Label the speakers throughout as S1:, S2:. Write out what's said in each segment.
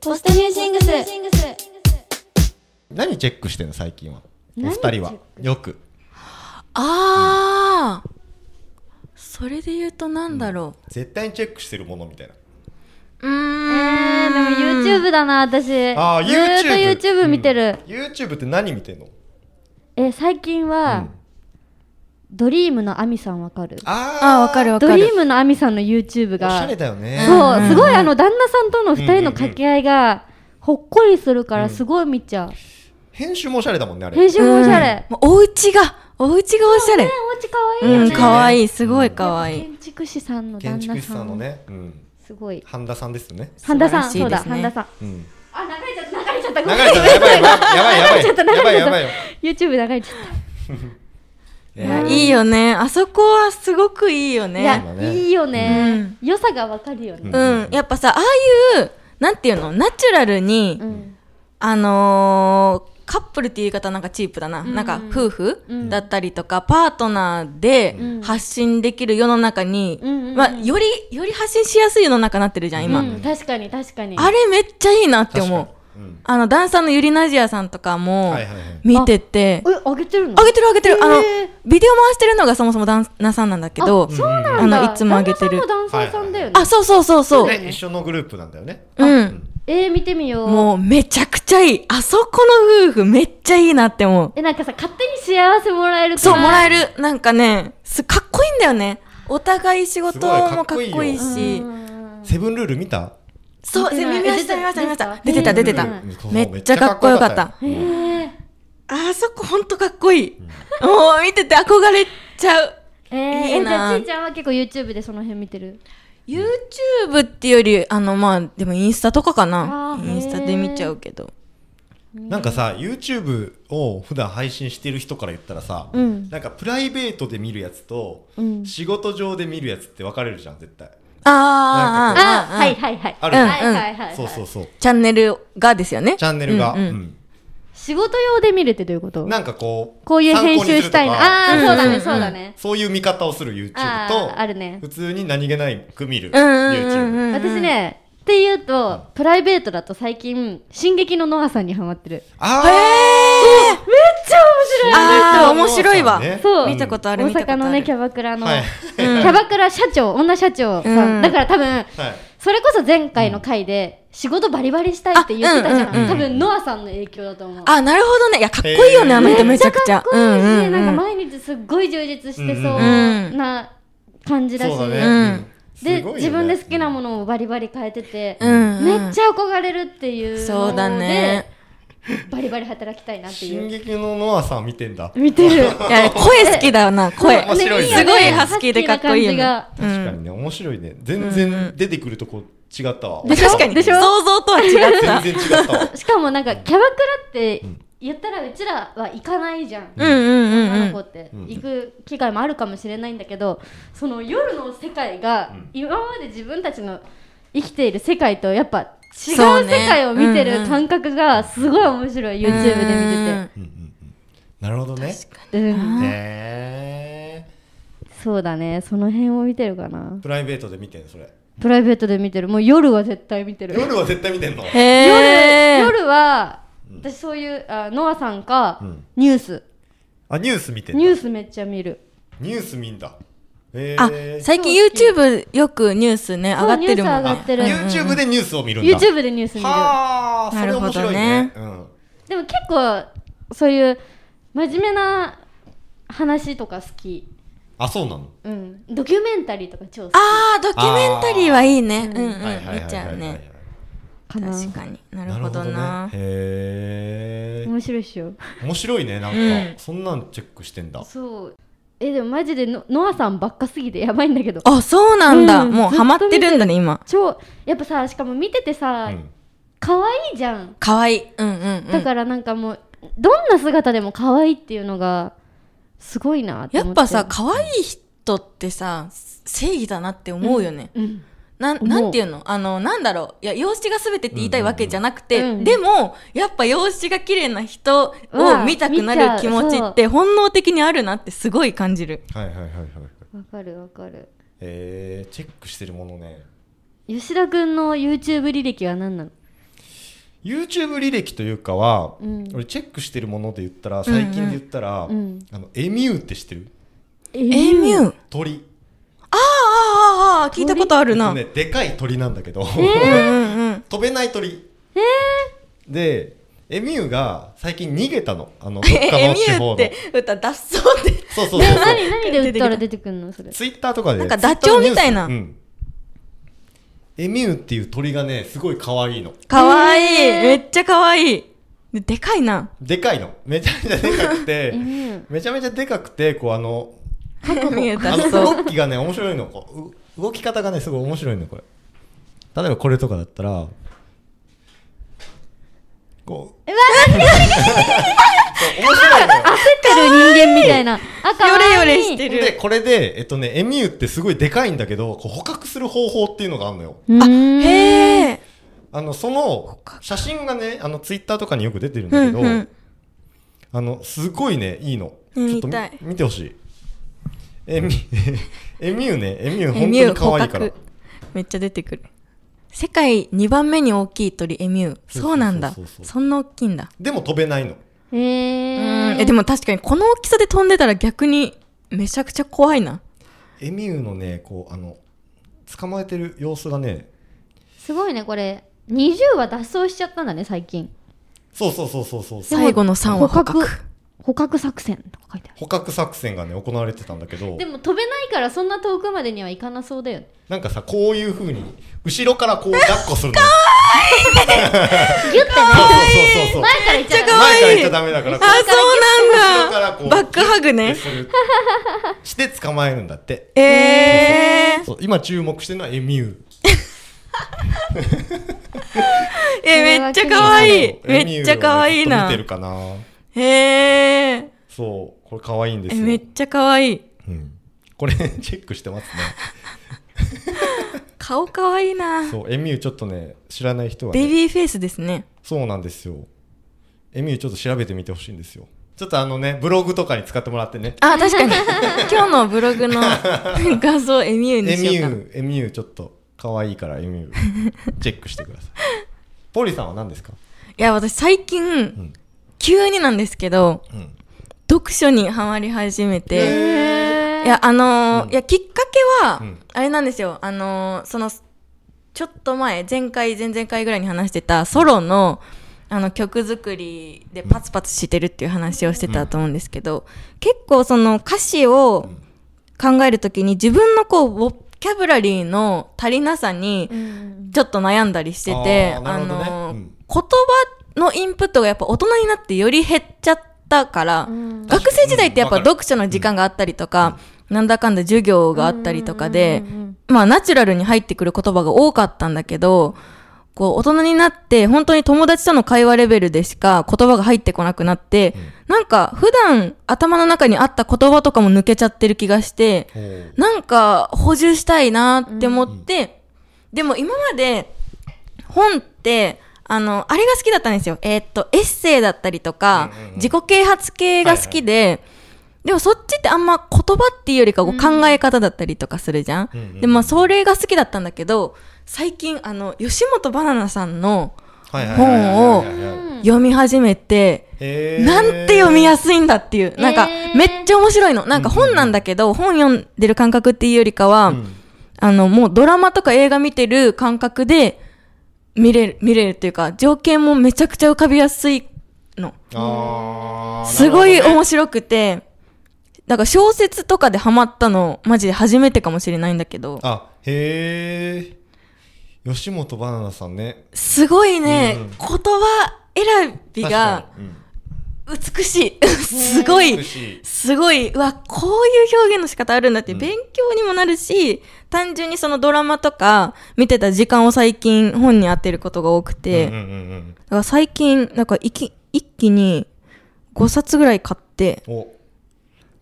S1: ポストニューシングス
S2: 何チェックしてんの最近はお
S1: 何
S2: 二
S1: チェック
S2: 人はよく
S3: あー、それで言うとなんだろ
S2: 絶対にチェックしてるものみたいな
S3: う。うーん。
S1: えー、でも YouTube だな私
S2: あー
S1: ずーっと
S2: YouTube
S1: YouTube 見てる、
S2: YouTube って何見てんの
S1: え最近
S2: う
S1: は
S2: ん、
S1: ドリームのアミさんわかる
S2: あ
S3: あー、わかるわか
S1: ド
S3: る。
S1: リームのアミさんの YouTube
S2: おしゃ
S1: が
S2: れだよね
S1: そう、
S3: うん
S1: すごいあの旦那さんとの二人の掛け合いがほっこりするからすごい見ちゃう、
S2: 編集もおしゃれだもんねあれ
S1: 編集もおしゃれ、
S3: うんもうお家が、お家がおしゃれ
S1: ね。お家かわいいよ
S3: う
S1: ね、
S3: ん、かわいい。すごいかわいい。
S1: 建築士さんの旦
S2: 建
S1: 那さん
S2: 築士さんのね、うん、
S1: すごい
S2: 半田さんですよね、
S1: 半田さん、
S3: 素晴
S1: そう
S3: ら
S1: だ
S3: しいですね
S1: 半田さん
S2: うん、
S1: あ流れちゃった流れちゃった
S2: 流れたやばいやばいやばいやばい
S1: 流れちゃった
S2: やばい
S1: 流れちゃった
S2: やばいよ
S1: YouTube 流れちゃった
S3: いや、いいよね。あそこはすごくいいよね。
S1: いや、
S2: そうだね
S1: いいよね、良さがわかるよね、
S3: うん、やっぱさああいうなんていうのナチュラルに、
S1: うん
S3: あのーカップルっていう言い方なんかチープだな、なんか夫婦だったりとか、パートナーで発信できる世の中に、
S1: うんうんうん
S3: まあ、よりより発信しやすい世の中になってるじゃん今、
S1: うん確かに確かに
S3: あれめっちゃいいなって
S2: 確かに
S3: 思う
S2: うん
S3: あのダンサーのユリナジアさんとかも
S2: はいはいはい
S3: 見てて、
S1: え上げてるの
S3: あげてるあげてる、あの
S1: へー
S3: ビデオ回してるのがそもそも旦那さんなんだけど
S1: あそうなんだ、
S3: あのいつも上げてる
S1: 旦那さんもダンサーさんだよね、
S3: あそうそうそうそう、
S2: ね、一緒のグループなんだよね
S3: うん
S1: えー、見てみよう
S3: もうめちゃくちゃいい。あそこの夫婦めっちゃいいなって思う。
S1: えなんかさ勝手に幸せもらえる
S3: そう、もらえ
S1: る
S3: る。なんかね、すかっこいいんだよね。お互い仕事もかっこいい
S2: す
S3: し。
S2: セブンルール見た
S3: そう、
S1: 見て
S3: 見
S1: ない
S3: ました、見
S1: え
S3: ました、見ま
S1: 出て
S3: したた。出てた、出てた
S1: うんうん
S2: うんそう。
S3: めっちゃかっこよかった。
S1: へー
S3: あそこほんとかっこいい。もう見てて憧れちゃう。
S1: えー、
S3: いい
S1: えじゃ
S3: な
S1: あちーちゃんは結構 YouTube でその辺見てる
S3: YouTube っていうより、あの、まあ、でもインスタとかかな
S1: あ。ー
S3: インスタで見ちゃうけど。
S2: なんかさ YouTube を普段配信してる人から言ったらさ、
S1: ん
S2: なんかプライベートで見るやつと、
S1: ん
S2: 仕事上で見るやつって分かれるじゃん絶対
S3: あー
S1: あ
S3: あー、あー
S1: はい。はいはい
S2: ある
S1: は
S2: よ
S1: い
S2: ね
S1: はいはいはい
S2: そうそうそう
S3: チャンネルがですよね。
S2: チャンネルが、
S3: うんうん
S1: 仕事用で見るってどういうこと
S2: なんかこう
S1: こういう
S2: 参考に
S1: 編集したい
S2: すると
S1: なああ
S2: か
S1: ー
S3: ん
S1: そうだ
S3: うんう
S1: ね
S3: ん
S1: そうだね
S2: そういう見方をする YouTube
S1: あー
S2: と
S1: あるね
S2: 普通に何気ないく見る
S3: うんうんう
S2: YouTube、
S3: んうんうん。
S1: 私ねっていうとプライベートだと最近「進撃のノア」さんにハマってる
S2: あ
S3: へ
S2: ー
S3: えー、あー
S2: 面
S3: 面
S2: 白
S3: 白
S2: い
S3: いわ、
S2: ね
S1: そう
S3: 見たことある
S1: 大
S3: 見たことあ
S1: 阪
S3: る
S1: のねキャバクラの、
S2: はい
S1: キャバクラ社長女社長さん、
S3: うん
S1: だから多分
S2: はい
S1: それこそ前回の回で仕事バリバリしたいって言ってたじゃん,、
S3: あうんうんうん
S1: 多分ノアさんの影響だと思う
S3: あなるほどねいやかっこいいよね、
S2: へー
S3: あの人めちゃくちゃ
S1: かっこいいし、
S3: うんうん
S1: な
S3: うん
S1: か
S3: ん、
S1: 毎日すっごい充実してそう
S3: うん
S1: な感じだし、
S2: そうだね、
S3: うん
S1: で、自分で好きな
S2: の
S1: ものをバリバリ変えてて、
S3: うんうん
S1: めっちゃ憧れるっていうので
S3: そうだね
S1: バリバリ働きたいなって
S2: 進
S1: いう
S2: 撃のノアさん見てんだ
S1: 見てる
S3: い や声好きだよな声、
S2: 面白いね
S3: すごいハスキーでかっこいいよね
S1: ハ
S2: 確かにね、面白いね全然出てくるとこ違ったわ、
S1: でしょ
S3: 確かに
S1: でしょ
S3: 想像とは違った
S2: 全然違ったわ
S1: しかもなんかキャバクラって言ったらうちらは行かないじゃん、
S3: うんうんうん
S1: 女の
S3: う
S1: 子
S3: ん
S1: って
S2: うん
S1: 行く機会もあるかもしれないんだけど、その夜の世界が今まで自分たちの生きている世界とやっぱ違う世
S3: そうね
S1: 界を見て
S3: うんう
S1: る
S3: ん
S1: 感覚がすごい面白い、YouTube で見
S2: なるほどね
S1: てて、うん、
S2: へえ
S1: そうだねその辺を見てるかな
S2: プライベートで見てんのそれ
S1: プライベートで見てるもう夜は絶対見てる
S2: 夜は絶対見てんの
S3: へ
S1: 夜
S3: え
S1: 夜は私そういうあノアさんか、
S2: ん
S1: ニュース
S2: あニュース見てんだ
S1: ニュースめっちゃ見る
S2: ニュース見んだへ
S3: あ
S2: え
S3: 最近 YouTube よくニュースね上
S1: そう
S3: がってるもん
S1: ニュース上が
S3: ね
S1: ってる
S2: YouTube でニュースを見るんだ
S1: YouTube でニュース見る
S2: はあそれ面白いね
S3: な
S2: う
S3: る
S2: ん
S1: でも結構そういう真面目な話とか好き、
S2: あそうなの
S1: うん、ドキュメンタリーとか超好き
S3: ああドキュメンタリーはいいねうんうん
S2: はいはいはい
S3: 見ちゃうね
S1: かな
S3: 確かになる
S2: なる
S3: ほ
S2: ほど
S3: ど
S2: ね
S3: な
S2: へえ
S1: 面白いっしょ
S2: 面白いねなん
S3: う
S2: かそんなんチェックしてんだ
S1: そうえでもマジでのノアさんばっかすぎ てやばいんだけど
S3: あそうなんだ、
S1: うん
S3: もうハマってるんだね今
S1: 超やっぱさしかも見ててさ
S2: うん
S1: 可愛、いじゃん
S3: 可愛いうんうんうん
S1: だからなんかもうどんな姿でも可愛いっていうのがすごいなって
S3: や
S1: 思
S3: っ
S1: って
S3: ぱさ、可愛い人ってさ、正義だなって思うよね。
S1: うん
S3: なん、なんていうのあの、なんだろう。いや、容姿が全てって言いたいわけじゃなく
S1: う
S3: て、
S1: んうんうんうん
S3: でも、やっぱ容姿が綺麗な人を
S1: わあ
S3: 見たくな
S1: 見ちゃ
S3: る
S1: う
S3: 気持ちって本能的にあるなってすごい感じる。
S2: はいはいはいはい
S1: わかるわかる
S2: えーチェックしてるものね
S1: 吉田くんの YouTube 履歴は何なの
S2: YouTube 履歴というかは、
S1: うん
S2: 俺チェックしてるもので言ったら最近で言ったら、
S1: うん
S2: あのエミューって知ってる
S1: エ
S3: エミュー。
S2: 鳥
S3: ああ、ああ、聞いたことあるな。
S2: ね、でかい鳥なんだけど、
S3: うんうんうん。
S2: 飛べない鳥、でエミューが最近逃げたのあ のどっ
S3: え
S2: か
S3: エ
S2: の
S3: ミ
S2: 地
S3: ュー
S2: 方
S3: っ
S2: の
S3: て歌脱走って。
S2: そうそうそうそう
S1: 何何で打ったら出てくるのそれ
S2: ツイッターとかで
S3: なんかダチョウみたいな
S2: ツイッターのニュースうん、エミューっていう鳥がねすごい可愛いの
S3: かわいい。
S1: えー
S3: めっちゃかわいい。ででかいな。
S2: でかいのめちゃめちゃでかくて
S1: エミュー
S2: めちゃめちゃでかくてこうあの
S3: 見えた
S2: あ
S3: そ
S2: の
S3: う。
S2: 動きがね面白いのこうう動き方がねすごい面白いのこれ例えばこれとかだったらこううわ面白いのよ
S1: 焦ってる人間みたいな赤
S3: ヨレヨレして
S2: で
S3: る。
S2: これでえっとねエミューってすごいでかいんだけどこう捕獲する方法っていうのがあるのよ
S1: あへえ
S3: へえ。
S2: あのその写真がねあのツイッターとかによく出てるん
S3: う
S2: だけ
S3: ん
S2: ど、
S3: うん。
S2: あのすごいねいいのち
S3: うん
S2: ょっとみ
S3: 見たい
S2: 見てほしいエミ エミューねエミュー
S3: エ
S2: 本
S3: ミ
S2: 当
S3: ュ
S2: に
S3: ー
S2: 可
S3: 捕
S2: 愛いから
S3: 獲。めっちゃ出てくる。世界2番目に大きい鳥、エミ
S2: そ
S3: ュー。
S2: うそうそうそう
S3: そうなんだ。そんな大きいんだ。
S2: でも飛べないの
S1: へ
S3: うん。え、でも確かにこの大きさで飛んでたら逆にめちゃくちゃ怖いな。
S2: エミューのねこうあの捕まえてる様子がね
S1: すごいねこれ20は脱走しちゃったんだね最近
S2: そうそうそうそうそう
S1: も
S3: 最後の3は捕獲。
S1: 捕獲作戦とか書いてあ
S2: 捕獲作戦がね行われてたんだけど
S1: るでも飛べないからそんな遠くまでには行かなそうだよね
S2: なんかさこういう風に後ろからこう抱っこするの
S1: ギ ュッ
S2: そ
S1: てね
S2: うそうそうそう
S1: 前から行っちゃうから
S3: わ
S2: 前
S3: いい
S2: から行っちゃダメだからこ
S3: あ、そう
S2: から
S3: な
S2: こ
S3: ん
S2: う
S3: だ。バックハグ
S2: う
S3: ね。
S2: するして捕まえるんだって
S3: えー、
S2: そう今注目してるのはエミュー
S3: え、めっちゃ可愛い
S2: そ。うエミューをね
S3: めっちゃ可愛い
S2: ずっと
S3: な
S2: 見て。るかな
S3: へえ、
S2: そうこれ可愛いんです
S3: え
S2: よ
S3: めっちゃ可愛い。
S2: うんこれ チェックしてますね
S3: 顔可愛いな。
S2: そうエミューちょっとね知らない人はね
S3: ベビーフェイスですね。
S2: そうなんですよ。エミューちょっと調べてみてほしいんですよ。ちょっとあのね、ブログとかに使ってもらってね。
S3: あ、確かに。 今日のブ ログの画像、エミューに
S2: エ
S3: し
S2: ミ
S3: ようかな。
S2: ュー、エミューちょっと可愛いからエミュ ーチェックしてください。ポリさんは何ですか
S3: いや、私最近、
S2: ん
S3: 急になんですけど、
S2: うん。
S3: 読書にハマり始めて、
S1: へー
S3: いや、あのー
S2: うん
S3: いや、きっかけは、
S2: うん
S3: あれなんですよ。あのーその、ちょっと前、前回、前々回ぐらいに話してた、ソロの、あの、曲作りでパツパツしてるっていう話をしてたと思うんですけど、結構その歌詞を考えるときに自分のこう、ボキャブラリーの足りなさに
S1: う、ん
S3: ちょっと悩んだりしてて、
S2: あ
S3: あ
S2: ーなるほどね
S3: のー
S2: うん
S3: 言葉のインプットがやっぱ大人になってより減っちゃったから、
S1: うん
S3: 学生時代ってやっぱ
S2: うんわかる
S3: 読書の時間があったりとか、なんだかんだ授業があったりとかで
S1: うんうんうんうん、
S3: まあナチュラルに入ってくる言葉が多かったんだけど、こう大人になって本当に友達との会話レベルでしか言葉が入ってこなくなって、なんか普段頭の中にあった言葉とかも抜けちゃってる気がして、
S2: おー
S3: なんか補充したいなって思って、でも今まで本って、あの、あれが好きだったんですよ。えーっと、エッセイだったりとか、
S2: うんうんうん
S3: 自己啓発系が好きで、でもそっちってあんま言葉っていうよりかこう考え方だったりとかするじゃん。
S2: うんうん
S3: で、まあそれが好きだったんだけど、最近あの、吉本ばななさんの
S2: はいはいはいはいはいはいはい。
S1: うん
S3: 読み始めて、
S2: えー
S3: なんて読みやすいんだっていう。なんか、
S1: えー
S3: めっちゃ面白いの。なんか本なんだけど、本読んでる感覚っていうよりかは、
S2: うん
S3: あの、もうドラマとか映画見てる感覚で、見れる、見れるっていうか、情景もめちゃくちゃ浮かびやすいの。
S2: あー
S3: すごい
S2: なるほどね
S3: 面白くて、だから小説とかでハマったの、マジで初めてかもしれないんだけど、
S2: あ、へえ。吉本ばななさんね。
S3: すごいね、
S2: うん
S3: 言葉選びが
S2: 確かに、
S3: 美しい。すご
S2: う
S3: い
S2: ん、美。しい。
S3: すごい、うわ、こういう表現の仕方あるんだって、
S2: うん
S3: 勉強にもなるし、単純にそのドラマとか見てた時間を最近本に当てることが多くて、
S2: うん
S3: だ
S2: うんうんうん
S3: から最近、なんか一気一気に5冊ぐらい買って、
S2: お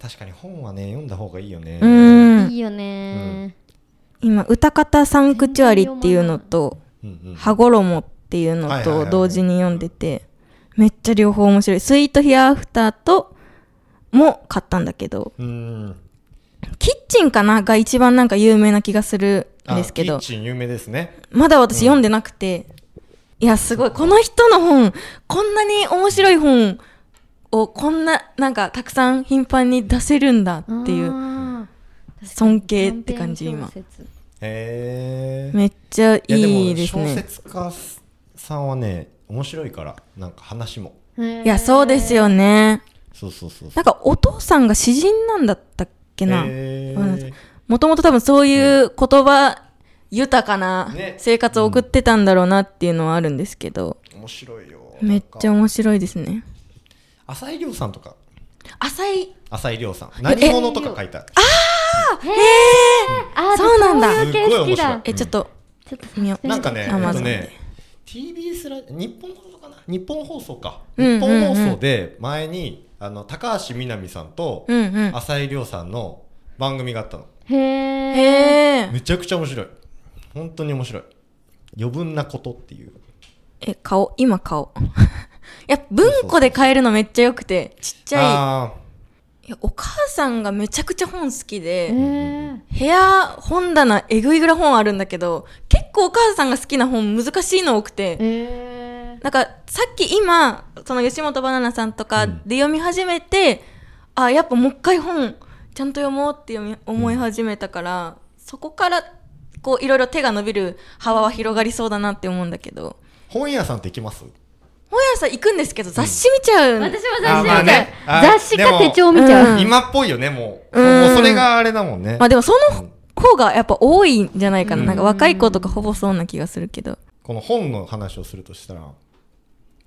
S2: 確かに本はね、読んだ方がいいよね。
S3: うーん、
S1: いいよね
S3: 今、歌方サンクチュアリっていうのと、
S2: うんうん
S3: 羽衣っていうの
S2: はいはいはい
S3: と
S2: はい
S3: 同時に読んでて、めっちゃ両方面白い。スイートヒアアフターと、も買ったんだけど、
S2: うん。
S3: キッチンかなが一番なんか有名な気がするんですけど
S2: あキッ。チン有名ですね。
S3: まだ私読んでなくて、いや、すごい。この人の本、こんなに面白い本を、こんな、なんか、たくさん頻繁に出せるんだっていう、
S1: う
S3: 尊敬って感じ、今。
S2: へえ
S3: めっちゃい
S2: いや
S3: い
S2: でも
S3: です
S2: 小
S3: ね。
S2: 説家さんはね面白いからなんか話も
S3: いや、そうですよね。
S2: そうそうそうそう
S3: な
S2: ん
S3: か、お父さんが詩人なんだったっけな。
S2: へ
S3: ごめんなさ
S2: ー
S3: いもともと多分そういう言葉豊かな
S2: ね
S3: 生活を送ってたんだろうなっていうのはあるんですけど、
S2: 面白いよ
S3: めっちゃ
S2: なんか
S3: 面白いですね。
S2: 浅井亮さんとか
S3: 浅い、
S2: 浅井亮さん何者とか書いた
S1: あー
S3: そうなんだ
S1: そういう系好き
S2: す
S1: だ
S2: ごい面白い
S3: え、ちょっと、
S1: ちょっと
S3: 見よう。
S2: なんかね、
S3: Amazon
S2: えっとね、TBS ラ日本放送かな日本放送か。
S3: うん
S2: 日本放送で前に、あの、高橋みなみさんと
S3: う、んうん。
S2: 浅井亮さんの番組があったの。
S1: へ
S3: へ
S1: え
S3: え。
S2: めちゃくちゃ面白い。本当に面白い。余分なことっていう。
S3: え、顔、今顔。 いや、文庫で買えるのめっちゃ良くて、ちっちゃ
S2: あ
S3: い。いや、お母さんがめちゃくちゃ本好き
S1: へ
S3: で、
S1: え
S3: 部屋、本棚、えぐいぐらい本あるんだけど、結構お母さんが好きな本難しいの多くて、
S1: へ
S3: なんかさっき今その吉本ばななさんとか
S2: うん
S3: で読み始めて、あやっぱもう一回本ちゃんと読もうって読み思い始めたから、そこからこういろいろ手が伸びる幅は広がりそうだなって思うんだけど
S2: ー本屋さんって行きます
S3: 本屋さん行くんですけど雑誌見ちゃう、
S1: ー
S3: ん
S1: 私も
S3: で
S1: 雑誌
S2: あまあ
S1: 見ち
S2: ね
S1: ゃ
S2: あ
S1: う雑誌か手帳見ち
S3: で
S1: ゃう
S3: も
S2: 今っぽいよね、もう。
S3: うん
S2: もうそれがあれだもんね。
S3: まあでもその方がやっぱ多いんじゃないかな,、
S2: うん
S3: なんか若い子とかほぼそうな気がするけど、
S2: この本の話をするとしたら、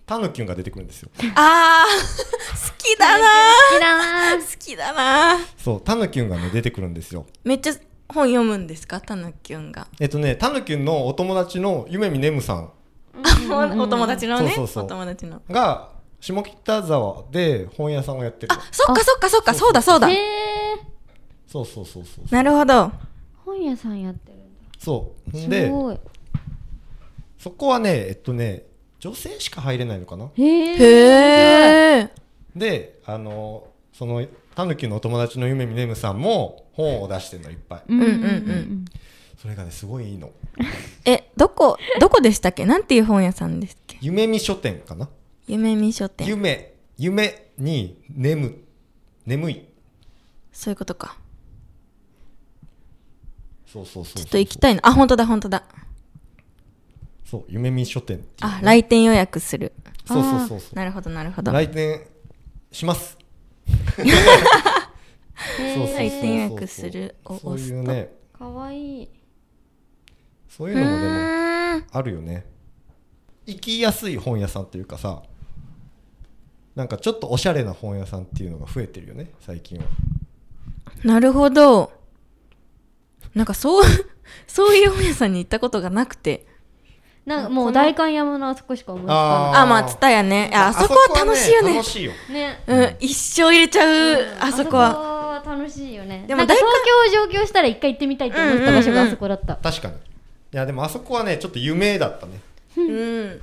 S2: タヌキュンが出てくるんですよ。
S3: あー好きだな
S1: 好きだな
S3: ー好きだなー
S2: そう、タヌキュンがね、出てくるんですよ。
S3: めっちゃ本読むんですかたぬきゅんが、
S2: えっとね、タヌキュンのお友達の夢見ねむさん
S3: お友達のね
S2: そうそうそう
S3: お友達の
S2: が下北沢で本屋さんをやってる
S3: あ、そっかそっかそっか、そうだそうだ
S1: へ。え
S2: そうそうそうそう
S3: なるほど。
S1: 本屋さんやってるん
S2: そう
S1: だ
S2: ん
S1: す
S2: で
S1: ごい
S2: そこはねえっとね女性しか入れないのかな
S1: へえ
S3: へえ。
S2: であのそのタヌキのお友達の夢みねむさんも本を出してるのいっぱい
S1: うんうんうん
S3: うん
S1: うん
S2: それがねすごいいいの
S3: え、どこ、どこでしたっけなんていう本屋さんですっけ
S2: 夢見書店かな
S3: 夢見書店。
S2: 夢夢に眠眠い
S3: そういうことか。
S2: そうそうそう
S3: ち
S2: そう
S3: ょっと行きたいな。あ、本当だ本当だ。
S2: そう夢見書店っていう
S3: あ、来店予約する。
S2: そうそうそうそ
S3: なるほどなるほ
S2: う
S3: ど。
S2: 来店します
S1: へ
S2: そうそうそうそう
S3: 来店予約するを押すと
S2: そういうね
S1: かわいい
S2: そういううのもでも
S3: ーん。
S2: あるよね行きやすい本屋さんというかさなんかちょっとおしゃれな本屋さんっていうのが増えてるよね最近は
S3: なるほど。なんかそう、 そういう本屋さんに行ったことがなくて。
S1: なんかもう代官山のあそこしか思いつか
S2: あー
S3: あ、まあ、蔦屋ね。あ、あそこは楽しいよね
S2: 楽。しいよ
S1: ないね
S3: うん、一生入れちゃう、あそこは。
S1: あそこは楽しいよね
S3: で
S1: で
S3: も
S1: も
S3: 大
S1: 東
S3: 観
S1: 京を上京したら一回行ってみたいって思った場所があそこだった
S2: 確かにいやでもあそこはねちょっと有名だったね
S3: うん。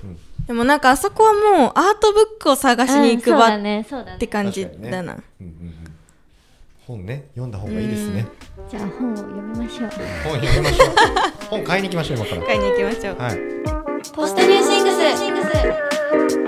S3: でもなんかあそこはもうアートブックを探しに行く場
S1: うんそうだねそうだ
S3: って
S1: ね
S3: 感じ
S2: 確かにね
S3: だな。
S2: うんうんうん本ね読んだ方がいいですね
S1: じゃあ本を読みましょう
S2: 本読みましょう本買いに行きましょう今から
S3: 買いに行きましょう。
S2: はい
S3: ポストニューシングス。